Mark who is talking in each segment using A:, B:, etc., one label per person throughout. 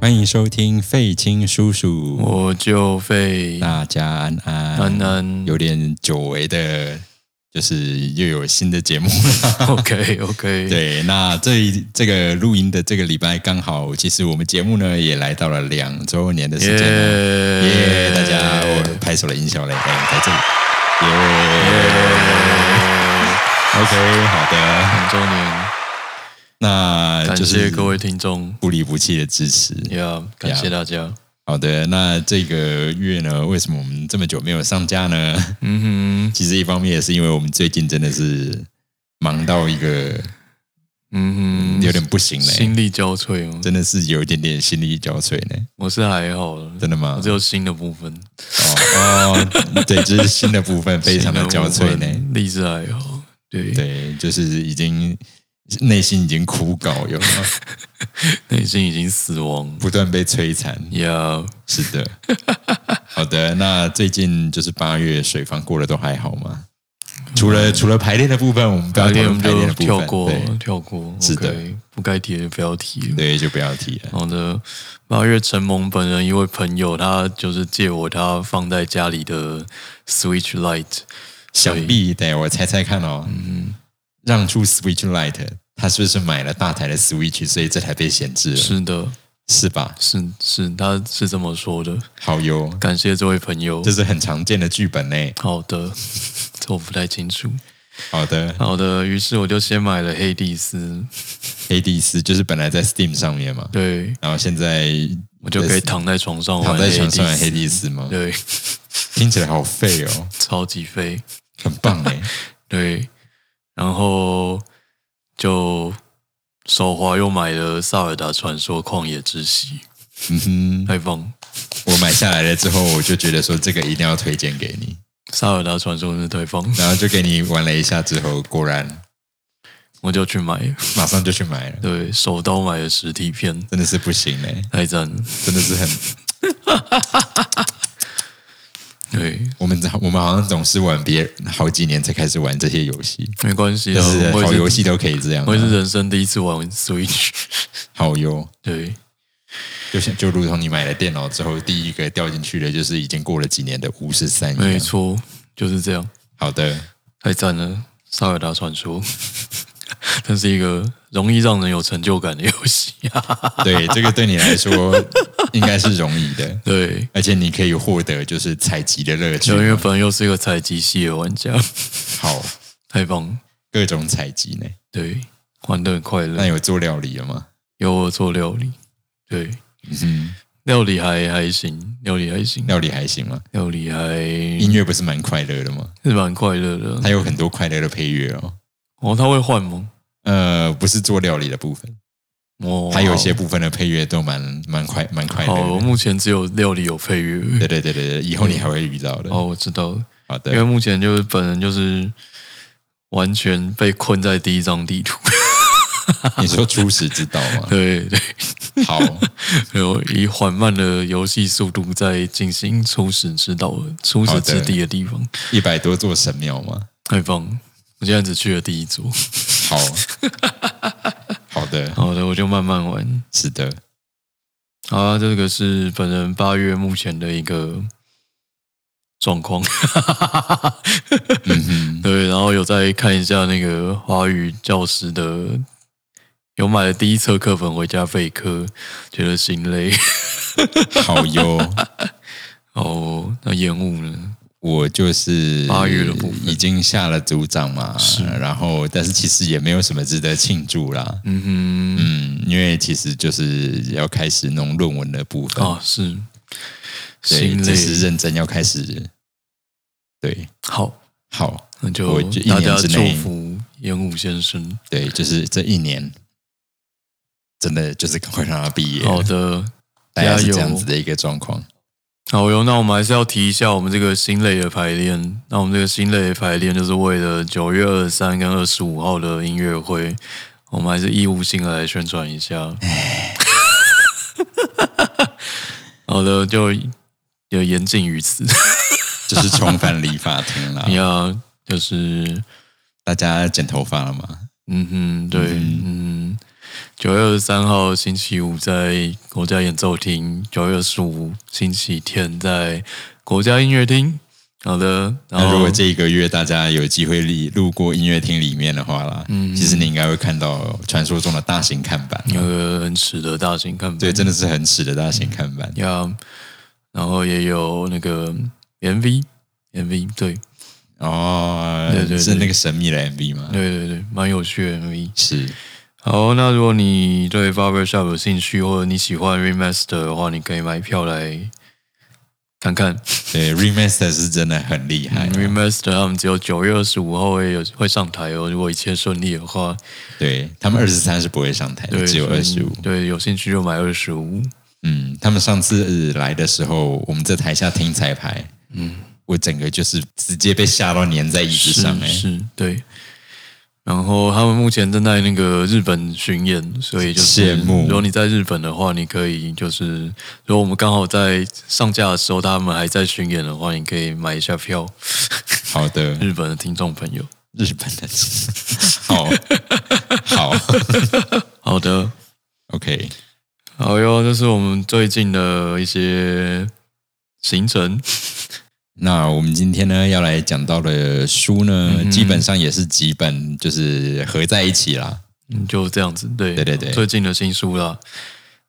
A: 欢迎收听费青叔叔，
B: 我就废
A: 大家安安
B: 安安
A: 有点久违的，就是又有新的节目 了。
B: OK OK，
A: 对，那这一这个录音的这个礼拜，刚好其实我们节目呢也来到了两周年的时间了，耶！
B: 耶
A: 大家，我拍手了音效嘞，哎在这里，耶 o k 好的，
B: 两周年，
A: 那
B: 感
A: 就
B: 谢
A: 是
B: 各位听众，
A: 不离不弃的支持，
B: 呀，感谢大家。
A: 好的，那这个月呢，为什么我们这么久没有上架呢？
B: 嗯哼，
A: 其实一方面也是因为我们最近真的是忙到一个
B: 嗯哼，
A: 有点不行嘞、
B: 心力交瘁哦。
A: 真的是有一点点心力交瘁呢、
B: 我是还好了，
A: 真的吗
B: 我只？有新的部分，
A: 哦哦，对，就是新的部分非常的交瘁呢、
B: 新的部分励志还好，对，
A: 对，就是已经内心已经枯槁，有没 有
B: 内心已经死亡。
A: 不断被摧残。
B: 呀，
A: 是 的，好的。那最近就是八月水房过得都还好吗？除了除了排练的部分，我们不要
B: 改
A: 讨
B: 天我
A: 论
B: 们
A: 排练
B: 嗯就
A: 的部
B: 跳
A: 分，
B: 过
A: 对，
B: 跳过，
A: 是的
B: OK，不该提的不要提了。
A: 对，就不要提了。
B: 好的，八月承蒙本人一位朋友，他就是借我他放在家里的 Switch Lite，
A: 想必得我猜猜看哦，
B: 嗯
A: 让出 Switch Lite，他是不是买了大台的 Switch，所以这台被闲置了，是
B: 是的，
A: 吧？
B: 是是，他是这么说的。
A: 好哟，
B: 感谢这位朋友
A: 这。是很常见的剧本呢。
B: 好的， 这我不太清楚。
A: 好的，
B: 好的，于是我就先买了黑蒂斯，
A: 黑帝斯就是本来在 Steam 上面嘛，
B: 对
A: 然后现在
B: 我就可以躺在床上玩
A: 躺在床上玩黑
B: 蒂
A: 帝斯嘛
B: 斯，，哦对，
A: 听起来好废哦，
B: 超级飞，
A: 很棒 哎。
B: 对，然后就手滑又买了《萨尔达传说：旷野之息
A: 嗯哼》，，
B: 太棒！
A: 我买下来了之后，我就觉得说这个一定要推荐给你，
B: 萨尔达传说是对方，
A: 然后就给你玩了一下之后，果然
B: 我就去买，
A: 马上就去买了，
B: 对手刀买了实体片，
A: 真的是不行嘞，
B: 太赞了。
A: 真的是很
B: 对，
A: 我们我们好像总是玩别好几年才开始玩这些游戏，
B: 没关系
A: 就
B: 啊
A: 是，
B: 我
A: 好游
B: 也是，
A: 戏都可以这样、
B: 我也是
A: 啊，
B: 人生第一次玩 Switch。
A: 好游
B: 对，
A: 就像就如同你买了电脑之后，第一个掉进去的就是已经过了几年的五十三
B: 没
A: 样。
B: 错，就是这样，
A: 好的，
B: 太赞了，《萨尔达传说》 真是一个容易让人有成就感的游戏啊。
A: 对这个对你来说应该是容易 的，
B: 对，
A: 而且你可以获得就是采集的乐趣
B: 就。因为本人又是一个采集系的玩家，
A: 好，
B: 太棒了。
A: 各种采集呢。
B: 对，玩的很快
A: 那
B: 乐，
A: 有做料理了吗？
B: 有我做料理，对，
A: 嗯，
B: 料理还还行，料理还行，
A: 料理还行吗？
B: 料理还
A: 音乐不是蛮快乐的吗？
B: 是蛮快乐的。
A: 它有很多快乐的配乐哦。
B: 哦，他会换吗？
A: 呃，不是做料理的部分。
B: 哦，
A: 还有一些部分的配乐都蛮蛮快蛮快
B: 好。好，
A: 乐
B: 我
A: 的。
B: 目前只有料理有配乐。
A: 对对对对对，以后你还会遇到的。
B: 哦，我知道了，
A: 好
B: 因为
A: 的，
B: 目前就是本人就是完全被困在第一张地图。
A: 你说初始之道吗？
B: 对对，
A: 好，
B: 然后以缓慢的游戏速度在进行初始之道、初
A: 哦
B: 始之地的地方。
A: 一百多座神庙吗？
B: 太棒了！我现在只去了第一组。
A: 好，好的，
B: 好的，我就慢慢玩。
A: 是的，
B: 好啊，这个是本人八月目前的一个状况。
A: 嗯哼，
B: 对，然后有再看一下那个华语教师的，有买了第一册课本回家备课，觉得心累。
A: 好 哟。
B: 哦，那延误呢？
A: 我就是
B: 八月的部分
A: 已经下了组长嘛，然后但是其实也没有什么值得庆祝啦，
B: 嗯
A: 嗯，因为其实就是要开始弄论文的部
B: 哼，
A: 分，
B: 啊是，
A: 对，
B: 心
A: 这是
B: 累。
A: 认真要开始，对，
B: 好，
A: 好，
B: 那就
A: 我就一
B: 大
A: 年
B: 家
A: 之
B: 祝
A: 内
B: 福延误先生。
A: 对，就是这一年，真的就是赶快让他毕业。
B: 好的，
A: 大概是
B: 哦加油
A: 这样子的一个状况。
B: 好哟，那我们还是要提一下我们这个新类的排练。那我们这个新类的排练，就是为了九月二十三跟二十五号的音乐会，我们还是义务性的来宣传一下。好的，就也言尽于此。
A: 就是重返理发厅啦
B: 你。 要就是，
A: 大家剪头发了吗？
B: 嗯哼，对，嗯，九月二十三号星期五在国家演奏厅，九月二十五星期天在国家音乐厅。好的，然
A: 那如
B: 后
A: 果这一个月大家有机会路路过音乐厅里面的话啦，
B: 嗯
A: 其实你应该会看到传说中的大型看板，
B: 有个很耻的大型看板，
A: 对，真的是很耻的大型看板。
B: 呀，然后也有那个 MV。MV 对
A: 哦，
B: 对对对
A: 是那个神秘的 MV 吗？
B: 对对对，蛮有趣的 MV。
A: 是，
B: 好，那如果你对 Barbershop 有兴趣，或者你喜欢 Remaster 的话，你可以买票来看看。
A: 对，Remaster 是真的很厉害。
B: 嗯 Remaster 他们只有九月二十五号会有会上台哦，如果一切顺利的话，
A: 对他们二十三是不会上台的，
B: 对，
A: 只有
B: 所以
A: 二十五。
B: 对，有兴趣就买二十五。
A: 嗯，他们上次来的时候，我们在台下听彩排，嗯，我整个就是直接被吓到粘在椅子
B: 是
A: 上、哎，
B: 是，对。然后他们目前正在那个日本巡演，所以就是
A: 羡慕
B: 如果你在日本的话，你可以就是如果我们刚好在上架的时候，他们还在巡演的话，你可以买一下票。
A: 好的，
B: 日本的听众朋友，
A: 日本的，好，好
B: 好的，
A: ，OK，
B: 好哟，这是我们最近的一些行程。
A: 那我们今天呢要来讲到的书呢，
B: 嗯
A: 基本上也是几本就是合在一起啦。
B: 嗯，就这样子，对
A: 对对对
B: 最近的新书啦。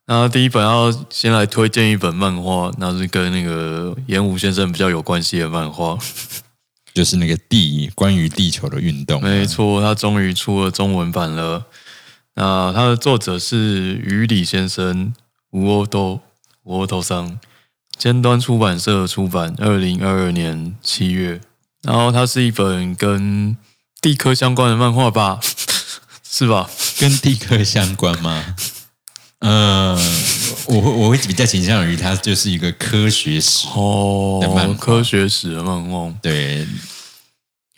B: 那第一本要先来推荐一本漫画，那是跟那个岩武先生比较有关系的漫画。
A: 就是那个地关于地球的运动，
B: 没错，他终于出了中文版了。那他的作者是于里先生，吴欧斗，吴欧斗桑，尖端出版社出版，二零二二年七月。然后它是一本跟地科相关的漫画吧， 是吧？
A: 跟地科相关 吗？
B: 呃
A: 嗯，我会我会比较倾向于它就是一个科学史，的漫画，
B: 哦科学史的漫画，
A: 对，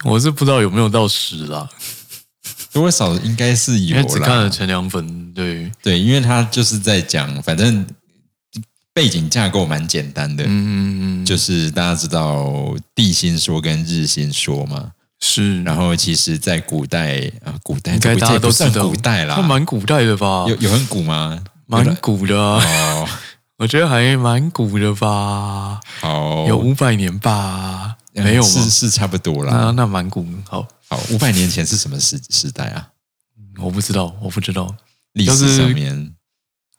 B: 我是不知道有没有到史啦，
A: 多少应该是
B: 因
A: 有
B: 为只看了
A: 啦。
B: 前两本，对，
A: 对，因为它就是在讲，反正背景架构蛮简单的，
B: 嗯，
A: 就是大家知道地心说跟日心说嘛，
B: 是，
A: 然后其实，在古代啊，古代
B: 应该大家都知
A: 算
B: 道，
A: 古代啦
B: 它，蛮古代的吧？
A: 有有很古吗？
B: 蛮古的、啊，
A: 哦，
B: 我觉得还蛮古的吧，
A: 好，嗯
B: 有五百年吧？没有吗？
A: 是是差不多啦。
B: 那那蛮古，好，
A: 好，五百年前是什么时时代啊？
B: 我不知道，我不知道，
A: 历史上面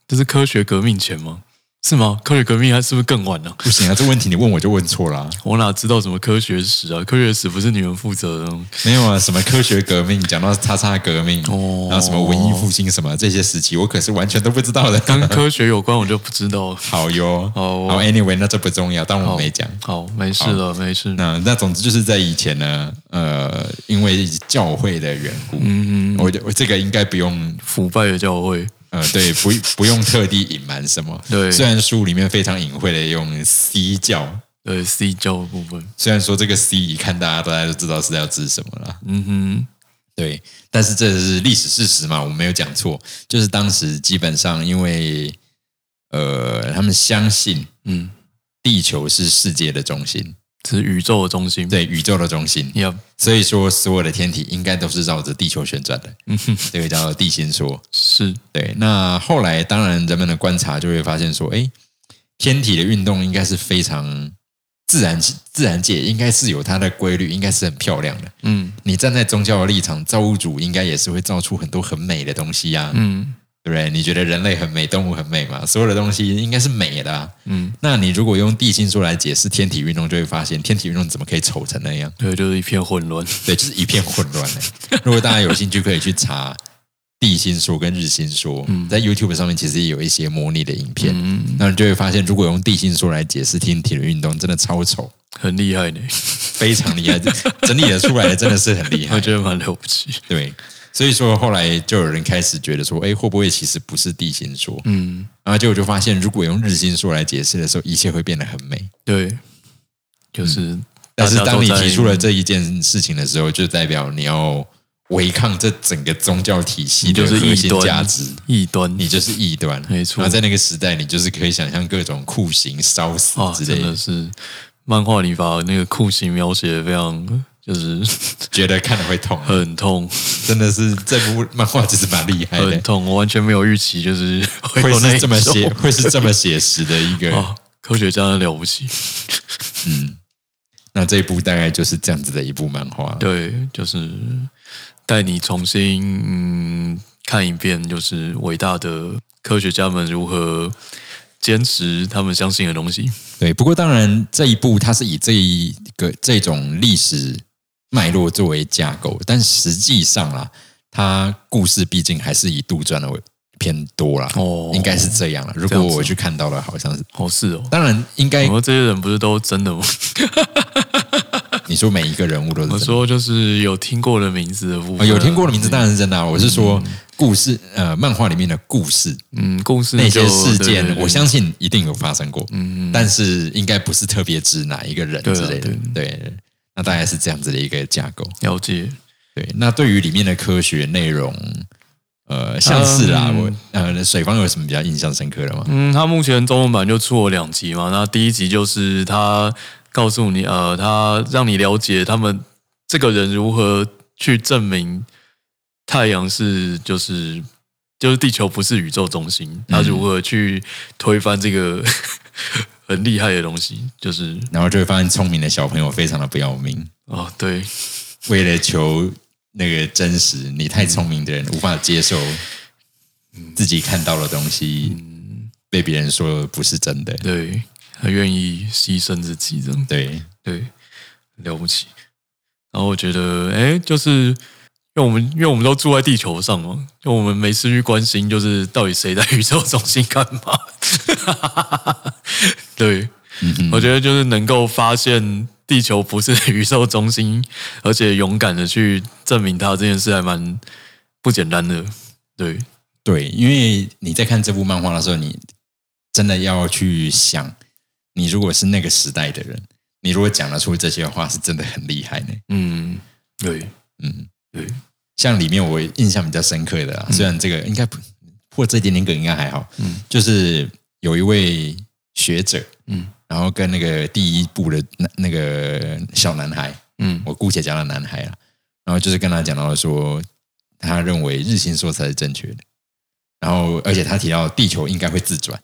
B: 这是科学革命前吗？是吗？科学革命它是不是更晚呢、
A: 不行啊，这问题你问我就问错了啊、
B: 我哪知道什么科学史啊？科学史不是你们负责的 哦。
A: 没有啊，什么科学革命，讲到叉叉革命，
B: 哦
A: 然后什么文艺复兴什么这些时期，我可是完全都不知道 的。
B: 跟科学有关我就不知道。
A: 好哟，
B: 哦
A: 好，anyway，那这不重要，当我没讲。
B: 好，没事了，没事。
A: 那那总之就是在以前呢，呃，因为教会的缘故，嗯，我我这个应该不用，
B: 腐败的教会，
A: 呃，对，不不用特地隐瞒什么。
B: 对
A: 虽然书里面非常隐晦的用 C 教，
B: 对 C 教的部分，
A: 虽然说这个 C 一看大家大家就知道是要指什么了，
B: 嗯
A: 对，但是这是历史事实嘛，我没有讲错。就是当时基本上因为呃，他们相信
B: 哼，嗯，
A: 地球是世界的中心，
B: 这是宇宙的中心。
A: 对宇宙的中心，
B: 呀，
A: 所以说所有的天体应该都是绕着地球旋转的。嗯哼，这个叫地心说。
B: 是，
A: 对，那后来当然人们的观察就会发现说，哎，天体的运动应该是非常自然，自然界应该是有它的规律，应该是很漂亮的。
B: 嗯
A: 你站在宗教的立场，造物主应该也是会造出很多很美的东西呀、
B: 嗯
A: 对不对？你觉得人类很美，动物很美嘛？所有的东西应该是美的、啊。
B: 嗯，
A: 那你如果用地心说来解释天体运动，就会发现天体运动怎么可以丑成那样？
B: 对，就是一片混乱。
A: 对，就是一片混乱、 欸。如果大家有兴趣，可以去查地心说跟日心说，在 YouTube 上面其实也有一些模拟的影片。
B: 嗯，
A: 那你就会发现，如果用地心说来解释天体的运动，真的超丑，
B: 很厉害呢，
A: 非常厉害，整理的出来的真的是很厉害
B: 我。觉得蛮了不起。
A: 对，所以说后来就有人开始觉得说，哎，会不会其实不是地心说？
B: 嗯，
A: 然后结果就发现，如果用日心说来解释的时候，一切会变得很美。
B: 对，就是大
A: 但是
B: 家
A: 当
B: 都在，
A: 你提出了这一件事情的时候，就代表你要违抗这整个宗教体系
B: 你
A: 的
B: 就是
A: 核
B: 异
A: 心
B: 端
A: 价值，
B: 异端，
A: 你就是异端。
B: 没错
A: 然后在那个时代，你就是可以想象各种酷刑、烧死
B: 啊，
A: 之
B: 真
A: 类
B: 的是漫画里把那个酷刑描写的非常就是
A: 觉得看了会痛，啊
B: 很痛，
A: 真的是这部漫画其实蛮厉害
B: 很
A: 的，
B: 痛，我完全没有预期，就是会
A: 哎会
B: 有那
A: 是
B: 一
A: 这么
B: 种
A: 写，会是这么写实的 一个。
B: 啊！科学家的了不起，
A: 那这一部大概就是这样子的一部漫画。
B: 对，就是带你重新嗯看一遍，就是伟大的科学家们如何坚持他们相信的东西。
A: 对，不过当然这一部它是以这一个这种历史脉络作为架构，但实际上啦，它故事毕竟还是以杜撰的为偏多啦，
B: 哦
A: 应该是这样了。如
B: 这
A: 果
B: 样子
A: 我去看到了，好像是，
B: 哦，是哦。
A: 当然应该
B: 我说这些人不是都真的吗？
A: 你说每一个人物都是真
B: 我
A: 的。
B: 说嗯就是有听过的名字的部
A: 哦
B: 分，
A: 有听过的名字当然是真的、啊，我是说故事，呃，漫画里面的故事
B: 嗯，故事
A: 那
B: 就
A: 些事件，
B: 对对对
A: 我相信一定有发生过，嗯，但是应该不是特别指哪一个人
B: 对啊
A: 之类的，对，那大概是这样子的一个架构。
B: 了解。
A: 对，那对于里面的科学内容，呃，像是啦，
B: 嗯
A: 我呃，水方有什么比较印象深刻的吗？
B: 嗯，他目前中文版就出了两集嘛，那第一集就是他告诉你，呃，他让你了解他们这个人如何去证明太阳是就是就是地球不是宇宙中心，他如何去推翻这个很厉害的东西，就是
A: 然后就会发现聪明的小朋友非常的不要命，
B: 哦，对，
A: 为了求那个真实，你太聪明的人无法接受
B: 嗯
A: 自己看到的东西被别人说不是真的。
B: 对，他愿意牺牲自己这样。
A: 对，
B: 对，了不起。然后我觉得，哎，就是因为我们因为我们都住在地球上嘛，就我们没事去关心，就是到底谁在宇宙中心干嘛？对，
A: 嗯
B: 我觉得就是能够发现地球不是宇宙中心，而且勇敢的去证明它这件事，还蛮不简单的。对，
A: 对，因为你在看这部漫画的时候，你真的要去想，你如果是那个时代的人，你如果讲得出这些话，是真的很厉害呢。
B: 嗯，对，
A: 嗯，
B: 对，
A: 像里面我印象比较深刻的、啊，虽然这个应该不破这一点点梗应该还好，
B: 嗯
A: 就是有一位学者，
B: 嗯
A: 然后跟那个第一部的那那个小男孩，
B: 嗯
A: 我姑且叫他男孩啦，然后就是跟他讲到说，他认为日心说才是正确的，然后而且他提到地球应该会自转，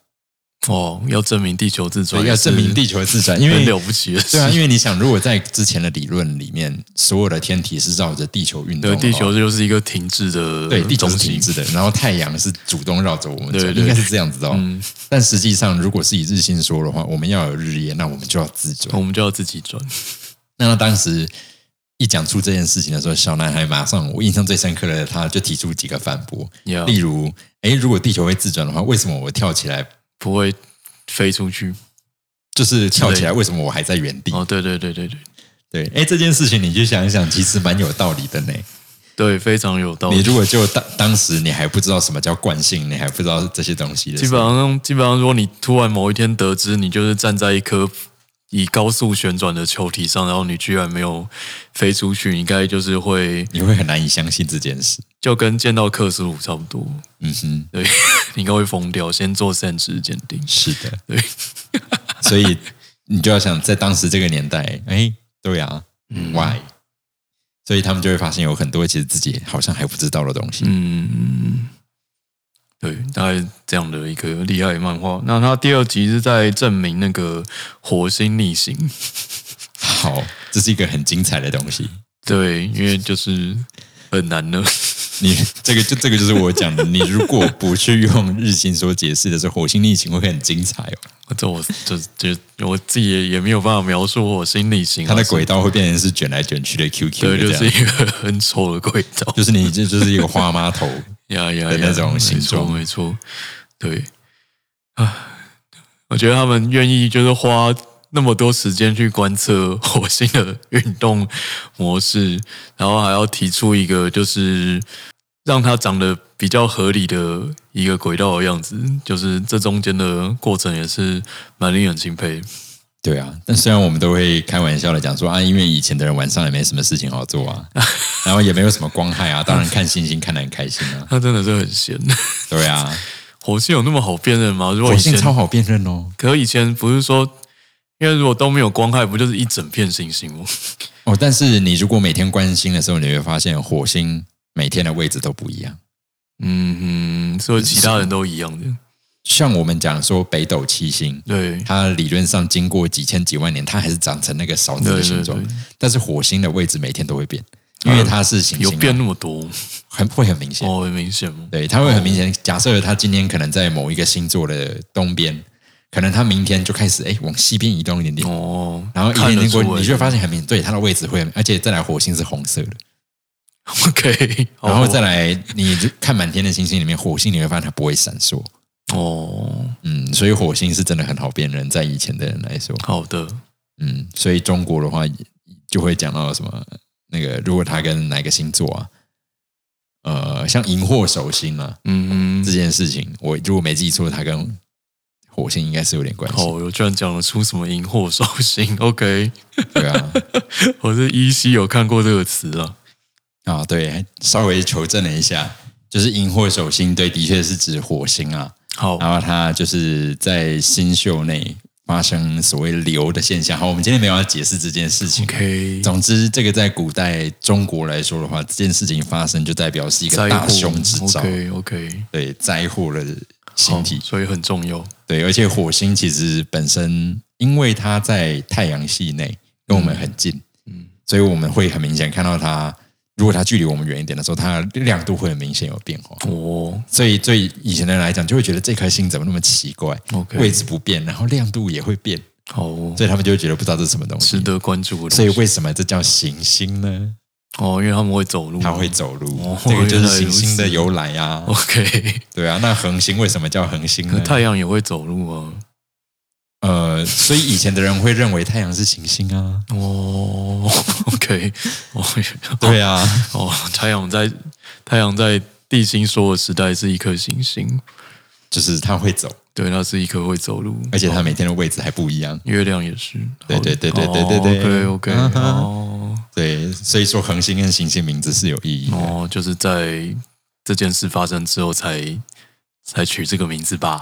B: 哦，要证明地球自
A: 所
B: 转
A: 以
B: 也
A: 要
B: 是
A: 证明地球自转，因为
B: 很了不起的事
A: 对啊，因为你想，如果在之前的理论里面，所有的天体是绕着地球运动
B: 对，
A: 的话，
B: 地球就是一个停滞的
A: 对，地球是
B: 中心
A: 停滞的，然后太阳是主动绕着我们
B: 对
A: 转，
B: 对
A: 应该是这样子的哦。
B: 嗯
A: 但实际上，如果是以日心说的话，我们要有日夜，那我们就要自转。
B: 我们就要自己转。
A: 那他当时一讲出这件事情的时候，小男孩马上，我印象最深刻的，他就提出几个反驳，
B: Yeah
A: 例如，诶，如果地球会自转的话，为什么我跳起来
B: 不会飞出去。
A: 就是跳起来，为什么我还在原地？
B: 哦，对对对对对
A: 对，诶，这件事情你去想一想，其实蛮有道理的呢。
B: 对，非常有道
A: 你
B: 理。
A: 如果就当当时你还不知道什么叫惯性，你还不知道这些东西的时
B: 基
A: 候，
B: 本上，基本上，如果你突然某一天得知你就是站在一颗以高速旋转的球体上，然后你居然没有飞出去，你应该就是会
A: 你会很难以相信这件事。
B: 就跟见到克苏鲁差不多。
A: 嗯哼。
B: 对， 你应该会疯掉。先做三值鉴定。
A: 是的，
B: 对，
A: 所以你就要想，在当时这个年代，哎，对啊、w
B: 嗯
A: h y 所以他们就会发现有很多其实自己好像还不知道的东西。
B: 嗯，对，大概这样的一个厉害的漫画。那它第二集是在证明那个火星逆行，
A: 好，这是一个很精彩的东西。
B: 对，因为就是很难呢。
A: 你这个就这个就是我讲的，你如果不去用日心所解释的时候，火星逆行会很精彩哦。
B: 这我这这我自己也也没有办法描述我心逆行啊，
A: 它的轨道会变成是卷来卷去的 QQ，
B: 对，
A: 的
B: 就
A: 这
B: 是
A: 样
B: 一个很丑的轨道
A: 就是你这就是一个花妈头。
B: 呀呀
A: 的
B: 呀
A: 那种形
B: 没错
A: 状
B: 没错，对啊，我觉得他们愿意就是花那么多时间去观测火星的运动模式，然后还要提出一个就是让它长得比较合理的一个轨道的样子，就是这中间的过程也是蛮令人钦佩。
A: 对啊，但虽然我们都会开玩笑的讲说啊，因为以前的人晚上也没什么事情好做 啊，然后也没有什么光害啊，当然看星星看得很开心啊。
B: 它真的是很闲。
A: 对 啊，
B: 火星有那么好辨认吗？如果
A: 火
B: 以
A: 星
B: 前，
A: 超好辨认哦。
B: 可以前不是说，因为如果都没有光害，不就是一整片星星吗？
A: 哦，但是你如果每天关心的时候，你会发现火星每天的位置都不一样。
B: 嗯哼，所以其他人都一样的，
A: 像我们讲说北斗七星，
B: 对，
A: 它理论上经过几千几万年，它还是长成那个勺子的
B: 对
A: 形
B: 对
A: 状
B: 对。，
A: 但是火星的位置每天都会变，因为它是行星啊
B: 有
A: 嘛，
B: 变那么多
A: 很会很明显。
B: 哦，很明显吗？
A: 对，它会很明显。假设它今天可能在某一个星座的东边，可能它明天就开始哎往西边移动一点点，
B: 哦，
A: 然后一
B: 看
A: 天
B: 得
A: 经
B: 出
A: 过，
B: 来
A: 你 就会发现很明对它的位置会很，而且再来火星是红色的，
B: OK，
A: 然后再来你就看满天的星星里面，火星你会发现它不会闪烁。
B: 哦，
A: 嗯，所以火星是真的很好辨认，在以前的人来说，
B: 好的，
A: 嗯，所以中国的话就会讲到什么那个，如果它跟哪个星座啊，呃，像荧惑守星啊
B: 嗯
A: 这，件事情，我如果没记错，它跟火星应该是有点关系，
B: 哦，我居然讲得出什么荧惑烧星，OK，
A: 对啊，
B: 我是依稀有看过这个词啊，
A: 啊，对，稍微求证了一下，就是荧惑守星，对，的确是指火星啊，
B: 好，
A: 然后它就是在星宿内发生所谓流的现象。好，我们今天没有要解释这件事情。
B: OK，
A: 总之，这个在古代中国来说的话，这件事情发生就代表是一个大凶之兆，
B: OK OK，
A: 对灾祸的形
B: 好，
A: 体。
B: 所以很重要。
A: 对，而且火星其实本身，因为它在太阳系内跟我们很近，嗯
B: 嗯，
A: 所以我们会很明显看到它。如果它距离我们远一点的时候，它的亮度会很明显有变化。
B: 哦
A: 所以对以前的人来讲，就会觉得这颗星怎么那么奇怪位
B: ，OK，
A: 置不变，然后亮度也会变，
B: 好哦，
A: 所以他们就会觉得不知道这是什么东
B: 值
A: 西。
B: 得关注的东西。
A: 所以为什么这叫行星呢？
B: 哦，因为他们会走路，
A: 它会走路，
B: 哦
A: 这个就是
B: 原来
A: 行
B: 如此
A: 星的由来啊。
B: OK，
A: 对啊，那恒星为什么叫恒星
B: 可
A: 呢？
B: 太阳也会走路啊。
A: 呃，所以以前的人会认为太阳是行星啊。
B: 哦，OK，哦，
A: 对啊，
B: 哦，太阳在太阳在地心说的时代是一颗行星，
A: 就是它会走，
B: 对，它是一颗会走路，
A: 而且它
B: 哦
A: 每天的位置还不一样。
B: 月亮也是，
A: 对对对对对对对
B: OK OK，
A: 嗯哼
B: 哦
A: 对，所以说恒星跟行星名字是有意义的。
B: 哦，就是在这件事发生之后才才取这个名字吧。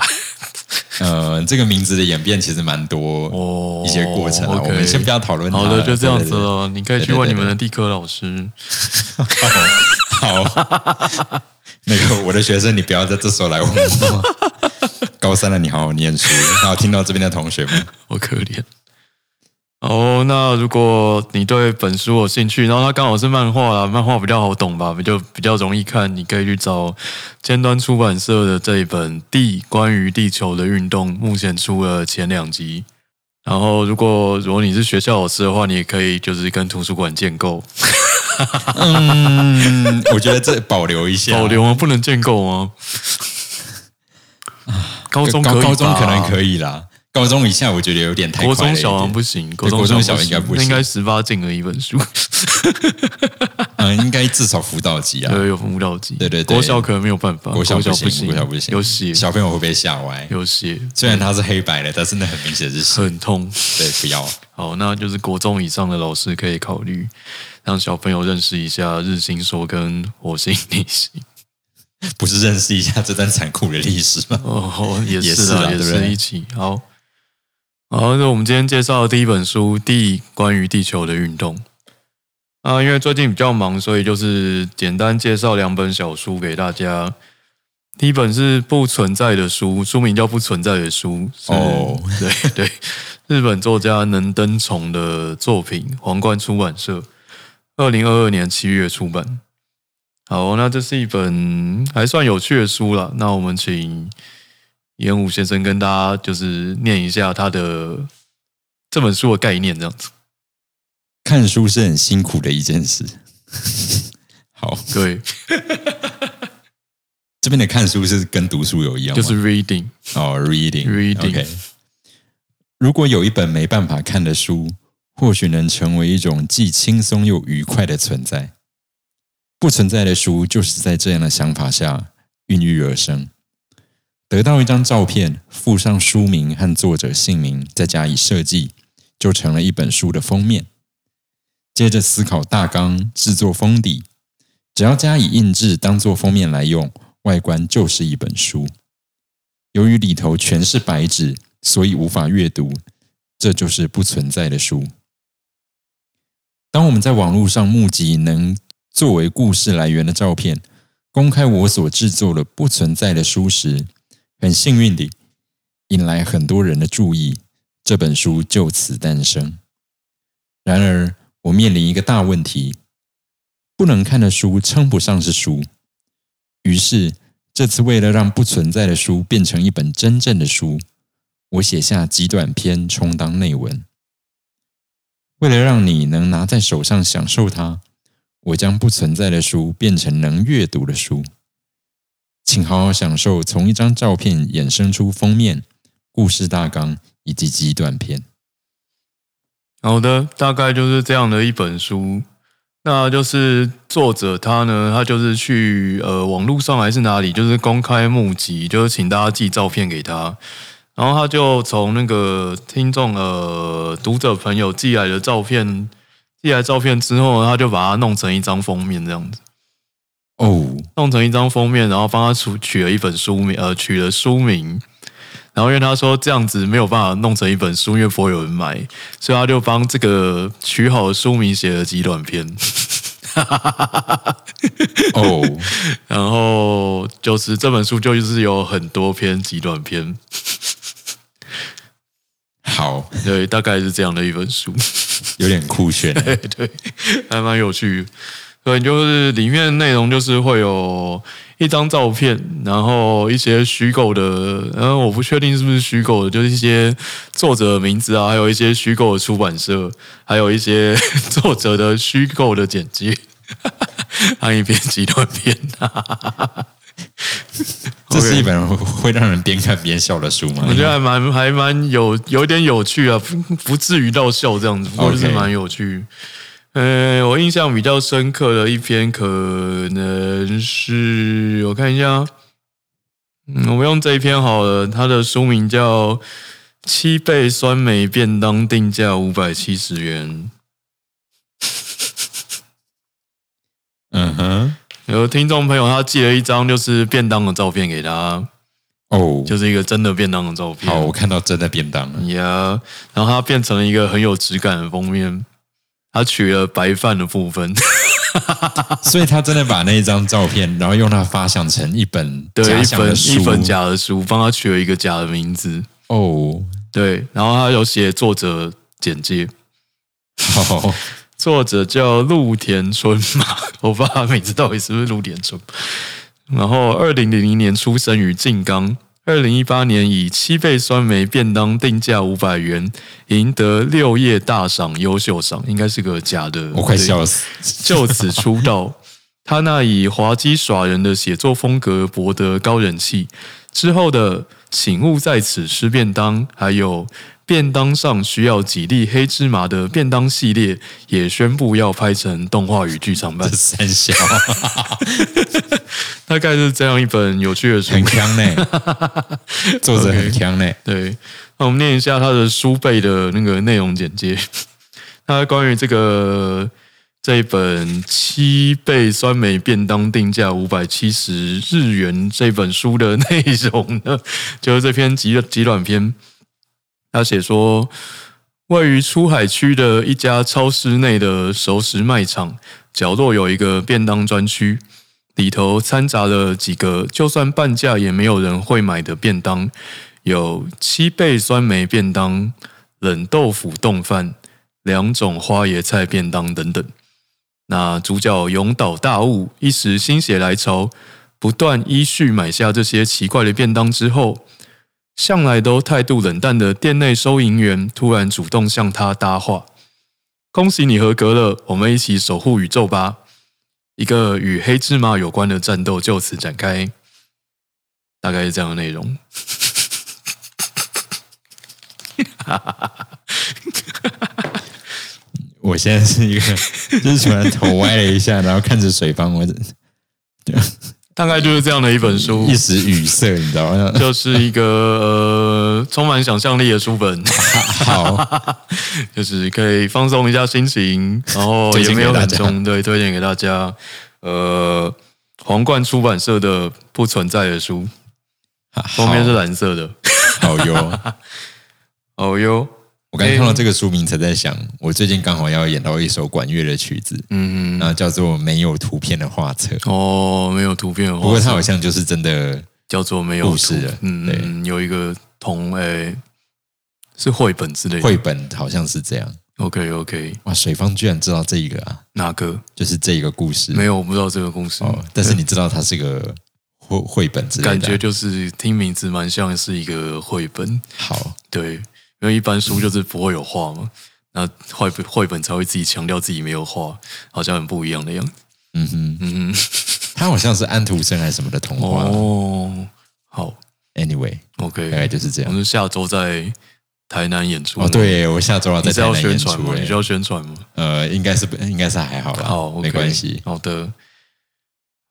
A: 呃，这个名字的演变其实蛮多
B: 哦，
A: 一些过程啊。
B: OK
A: 我们先不要讨论它
B: 好
A: 了。
B: 的，就这样子
A: 对。对对
B: 了。你可以去问你们的地科老师。
A: 好， 那个我的学生，你不要在这时候来问我。高三了，你好好念书。然后听到这边的同学们，
B: 好可怜。哦，那如果你对本书有兴趣，然后它刚好是漫画啦，漫画比较好懂吧，比较比较容易看，你可以去找尖端出版社的这一本《地关于地球的运动》，目前出了前两集。然后，如果如果你是学校老师的话，你也可以就是跟图书馆建构，
A: 嗯，我觉得这保留一下，
B: 保留吗？哦不能建构吗？高中可
A: 高
B: 以吧，
A: 高中可能可以啦，高中以下我觉得有点太
B: 国
A: 快
B: 中
A: 了一
B: 小
A: 点
B: 王不行，
A: 对
B: 中
A: 国中
B: 小
A: 小应该不行
B: 那应该十八禁的一本书，
A: 嗯，应该至少辅导级啊。
B: 对，有辅导级，
A: 对对对
B: 国小可能没有办法，
A: 国小
B: 小
A: 不行，
B: 行，
A: 国小不行，
B: 有血
A: 小朋友会被吓歪。
B: 有血，
A: 虽然他是黑白的，但是那很明显是 血。
B: 很痛。
A: 对，不要。
B: 好，那就是国中以上的老师可以考虑让小朋友认识一下日心说跟火星逆行。
A: 不是认识一下这段残酷的历史吗？
B: 哦，也
A: 也
B: 是
A: 是啦
B: 啊，也
A: 对不对
B: 是一起。好，好，那我们今天介绍的第一本书《地关于地球的运动》啊，因为最近比较忙，所以就是简单介绍两本小书给大家。第一本是《不存在的书》，书名叫《不存在的书》。是
A: 哦，
B: 对对，日本作家能登崇的作品，皇冠出版社，二零二二年七月出版。好，那这是一本还算有趣的书了。那我们请严武先生跟大家就是念一下他的这本书的概念，这样子。
A: 看书是很辛苦的一件事。好，
B: 对，
A: 这边的看书是跟读书有一样
B: 就
A: 吗，
B: 是 reading。
A: 哦，reading
B: Reading
A: OK 如果有一本没办法看的书，或许能成为一种既轻松又愉快的存在。不存在的书就是在这样的想法下孕育而生。得到一张照片，附上书名和作者姓名，再加以设计，就成了一本书的封面。接着思考大纲，制作封底，只要加以印制当做封面来用，外观就是一本书。由于里头全是白纸，所以无法阅读，这就是不存在的书。当我们在网络上募集能作为故事来源的照片，公开我所制作的不存在的书时，很幸运地引来很多人的注意，这本书就此诞生。然而，我面临一个大问题：不能看的书称不上是书。于是，这次为了让不存在的书变成一本真正的书，我写下几短篇充当内文。为了让你能拿在手上享受它，我将不存在的书变成能阅读的书。请好好享受从一张照片衍生出封面、故事大纲以及几短片。
B: 好的，大概就是这样的一本书。那就是作者他呢，他就是去呃网络上还是哪里，就是公开募集，就是请大家寄照片给他。然后他就从那个听众呃读者朋友寄来的照片，寄来照片之后，他就把它弄成一张封面这样子，
A: 哦，
B: 弄成一张封面，然后帮他取取了一本书名，呃，取了书名。然后因为他说这样子没有办法弄成一本书，因为不会有人买，所以他就帮这个取好的书名写了几短篇。
A: 哦，
B: 然后就是这本书就是有很多篇极短篇，
A: 好，
B: 对，大概是这样的一本书，
A: 有点酷 炫。
B: 还蛮有趣的。对，就是里面的内容就是会有一张照片，然后一些虚构的，嗯，我不确定是不是虚构的，就是一些作者的名字啊，还有一些虚构的出版社，还有一些 作者的虚构的简介， 还有一篇极短篇。
A: 这是一本会让人边看边笑的书吗
B: 我？觉得还蛮还蛮有有一点有趣啊，不不至于到笑这样子，不过就是蛮有趣。呃，我印象比较深刻的一篇可能是我看一下，嗯，我们用这一篇好了，它的书名叫《七倍酸梅便当定价五百七十元
A: 嗯哼，》。
B: 有听众朋友他寄了一张就是便当的照片给他，
A: 哦，
B: 就是一个真的便当的照片。
A: 好，我看到真的便当了。
B: 呀然后它变成了一个很有质感的封面，它取了白饭的部分，
A: 所以他真的把那一张照片，然后用它发想成一本
B: 对，
A: 假
B: 一
A: 想
B: 本
A: 的书。
B: 一本假的书，帮它取了一个假的名字，
A: 哦，
B: 对，然后它有写作者简介，
A: 好，
B: 作者叫陆田春马， 我不知道他名字到底是不是陆田春。然后，二零零零年出生于静冈，二零一八年以七倍酸梅便当定价五百元，赢得六叶大赏优秀赏，应该是个假的。
A: 我快
B: 对
A: 笑死。
B: 就此出道。 他那以滑稽耍人的写作风格博得高人气。之后的《请勿在此吃便当》，还有《便当上需要几粒黑芝麻》的便当系列，也宣布要拍成动画与剧场 版
A: 这。三小
B: 大概是这样一本有趣的书
A: 很。强 呢，作者
B: OK
A: 很强呢。
B: 对，那我们念一下他的书背的那个内容简介。他关于这个这一本《七倍酸梅便当定价五百七十日元》这本书的内容呢，就是这篇极极短篇，他写说。位于出海区的一家超市内的熟食卖场角落有一个便当专区，里头掺杂了几个就算半价也没有人会买的便当，有七倍酸梅便当、冷豆腐冻饭、两种花椰菜便当等等。那主角永岛大悟一时心血来潮，不断依序买下这些奇怪的便当之后，向来都态度冷淡的店内收银员突然主动向他搭话：“恭喜你合格了，我们一起守护宇宙吧！”一个与黑芝麻有关的战斗就此展开，大概是这样的内容。
A: 我现在是一个，就是突然头歪了一下，然后看着水方，我
B: 大概就是这样的一本书
A: 一，时语塞，你知道吗？
B: 就是一个呃充满想象力的书本，
A: 好，
B: 就是可以放松一下心情，然后
A: 推
B: 也
A: 荐
B: 没
A: 给
B: 有
A: 大
B: 很
A: 家
B: 重，对，推荐给大家。呃，皇冠出版社的《不存在的书》，封面是蓝色的。
A: 好哟。
B: 哦哟，
A: 我我刚才看到这个书名，才在想，我最近刚好要演到一首管乐的曲子，
B: 嗯，
A: 然后叫做《没有图片的画册》，
B: 哦，没有图片的话，
A: 不过它好像就是真的
B: 叫做没有
A: 故事
B: 图
A: 了
B: 嗯，
A: 对
B: 嗯有一个同诶、是绘本之类的。
A: 绘本，好像是这样。
B: OK OK，
A: 哇，水方居然知道这一个啊，
B: 哪个？
A: 就是这一个故事
B: 没有，我不知道这个公司。
A: 嗯哦，但是你知道它是个绘绘本之类的啊，
B: 感觉就是听名字蛮像是一个绘本，
A: 好。
B: 对，因为一般书就是不会有画嘛，
A: 嗯
B: 那绘本绘本才会自己强调自己没有画，好像很不一样的样子。
A: 嗯哼，
B: 嗯，
A: 它好像是安徒生还是什么的童话。
B: 哦，好
A: Anyway，
B: ，OK，
A: 大概就是这
B: 我
A: 样。
B: 们下周在台南演出
A: 哦，，对，我下周要在
B: 你是
A: 台
B: 要
A: 南演
B: 宣传
A: 出
B: 吗？你需
A: 欸，
B: 要宣传吗？
A: 呃，应该是不，应该是还好啦，
B: 好，OK，
A: 没关系。
B: 好的，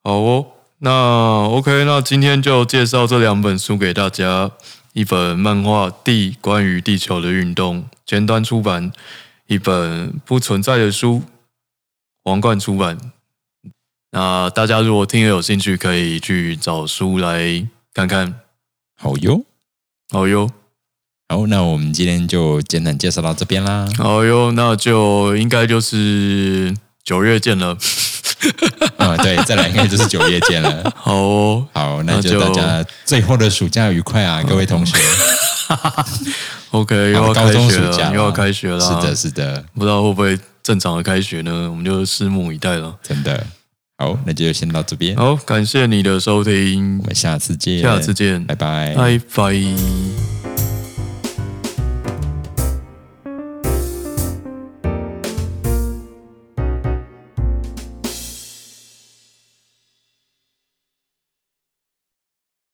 B: 好哦。那 OK，那今天就介绍这两本书给大家，一本漫画《地：关于地球的运动》，前端出版；一本不存在的书，皇冠出版。那大家如果听了有兴趣，可以去找书来看看。
A: 好哟，
B: 好哟，
A: 好，那我们今天就简短介绍到这边啦。
B: 好哟，那就应该就是九月见了。
A: 啊，对，再来应该就是九月见了。
B: 好哦，
A: 好，那就
B: 那
A: 大
B: 就
A: 家最后的暑假愉快啊，各位同学。
B: OK，又
A: 好
B: 要
A: 啊高
B: 开
A: 中
B: 学
A: 暑假
B: 了，又要开学了。
A: 是的，是的，
B: 不知道会不会正常的开学呢？我们就拭目以待了。
A: 真的。好，那就先到这边，
B: 好，感谢你的收听
A: 我，们下次见，
B: 下次见，
A: 拜拜，
B: 拜拜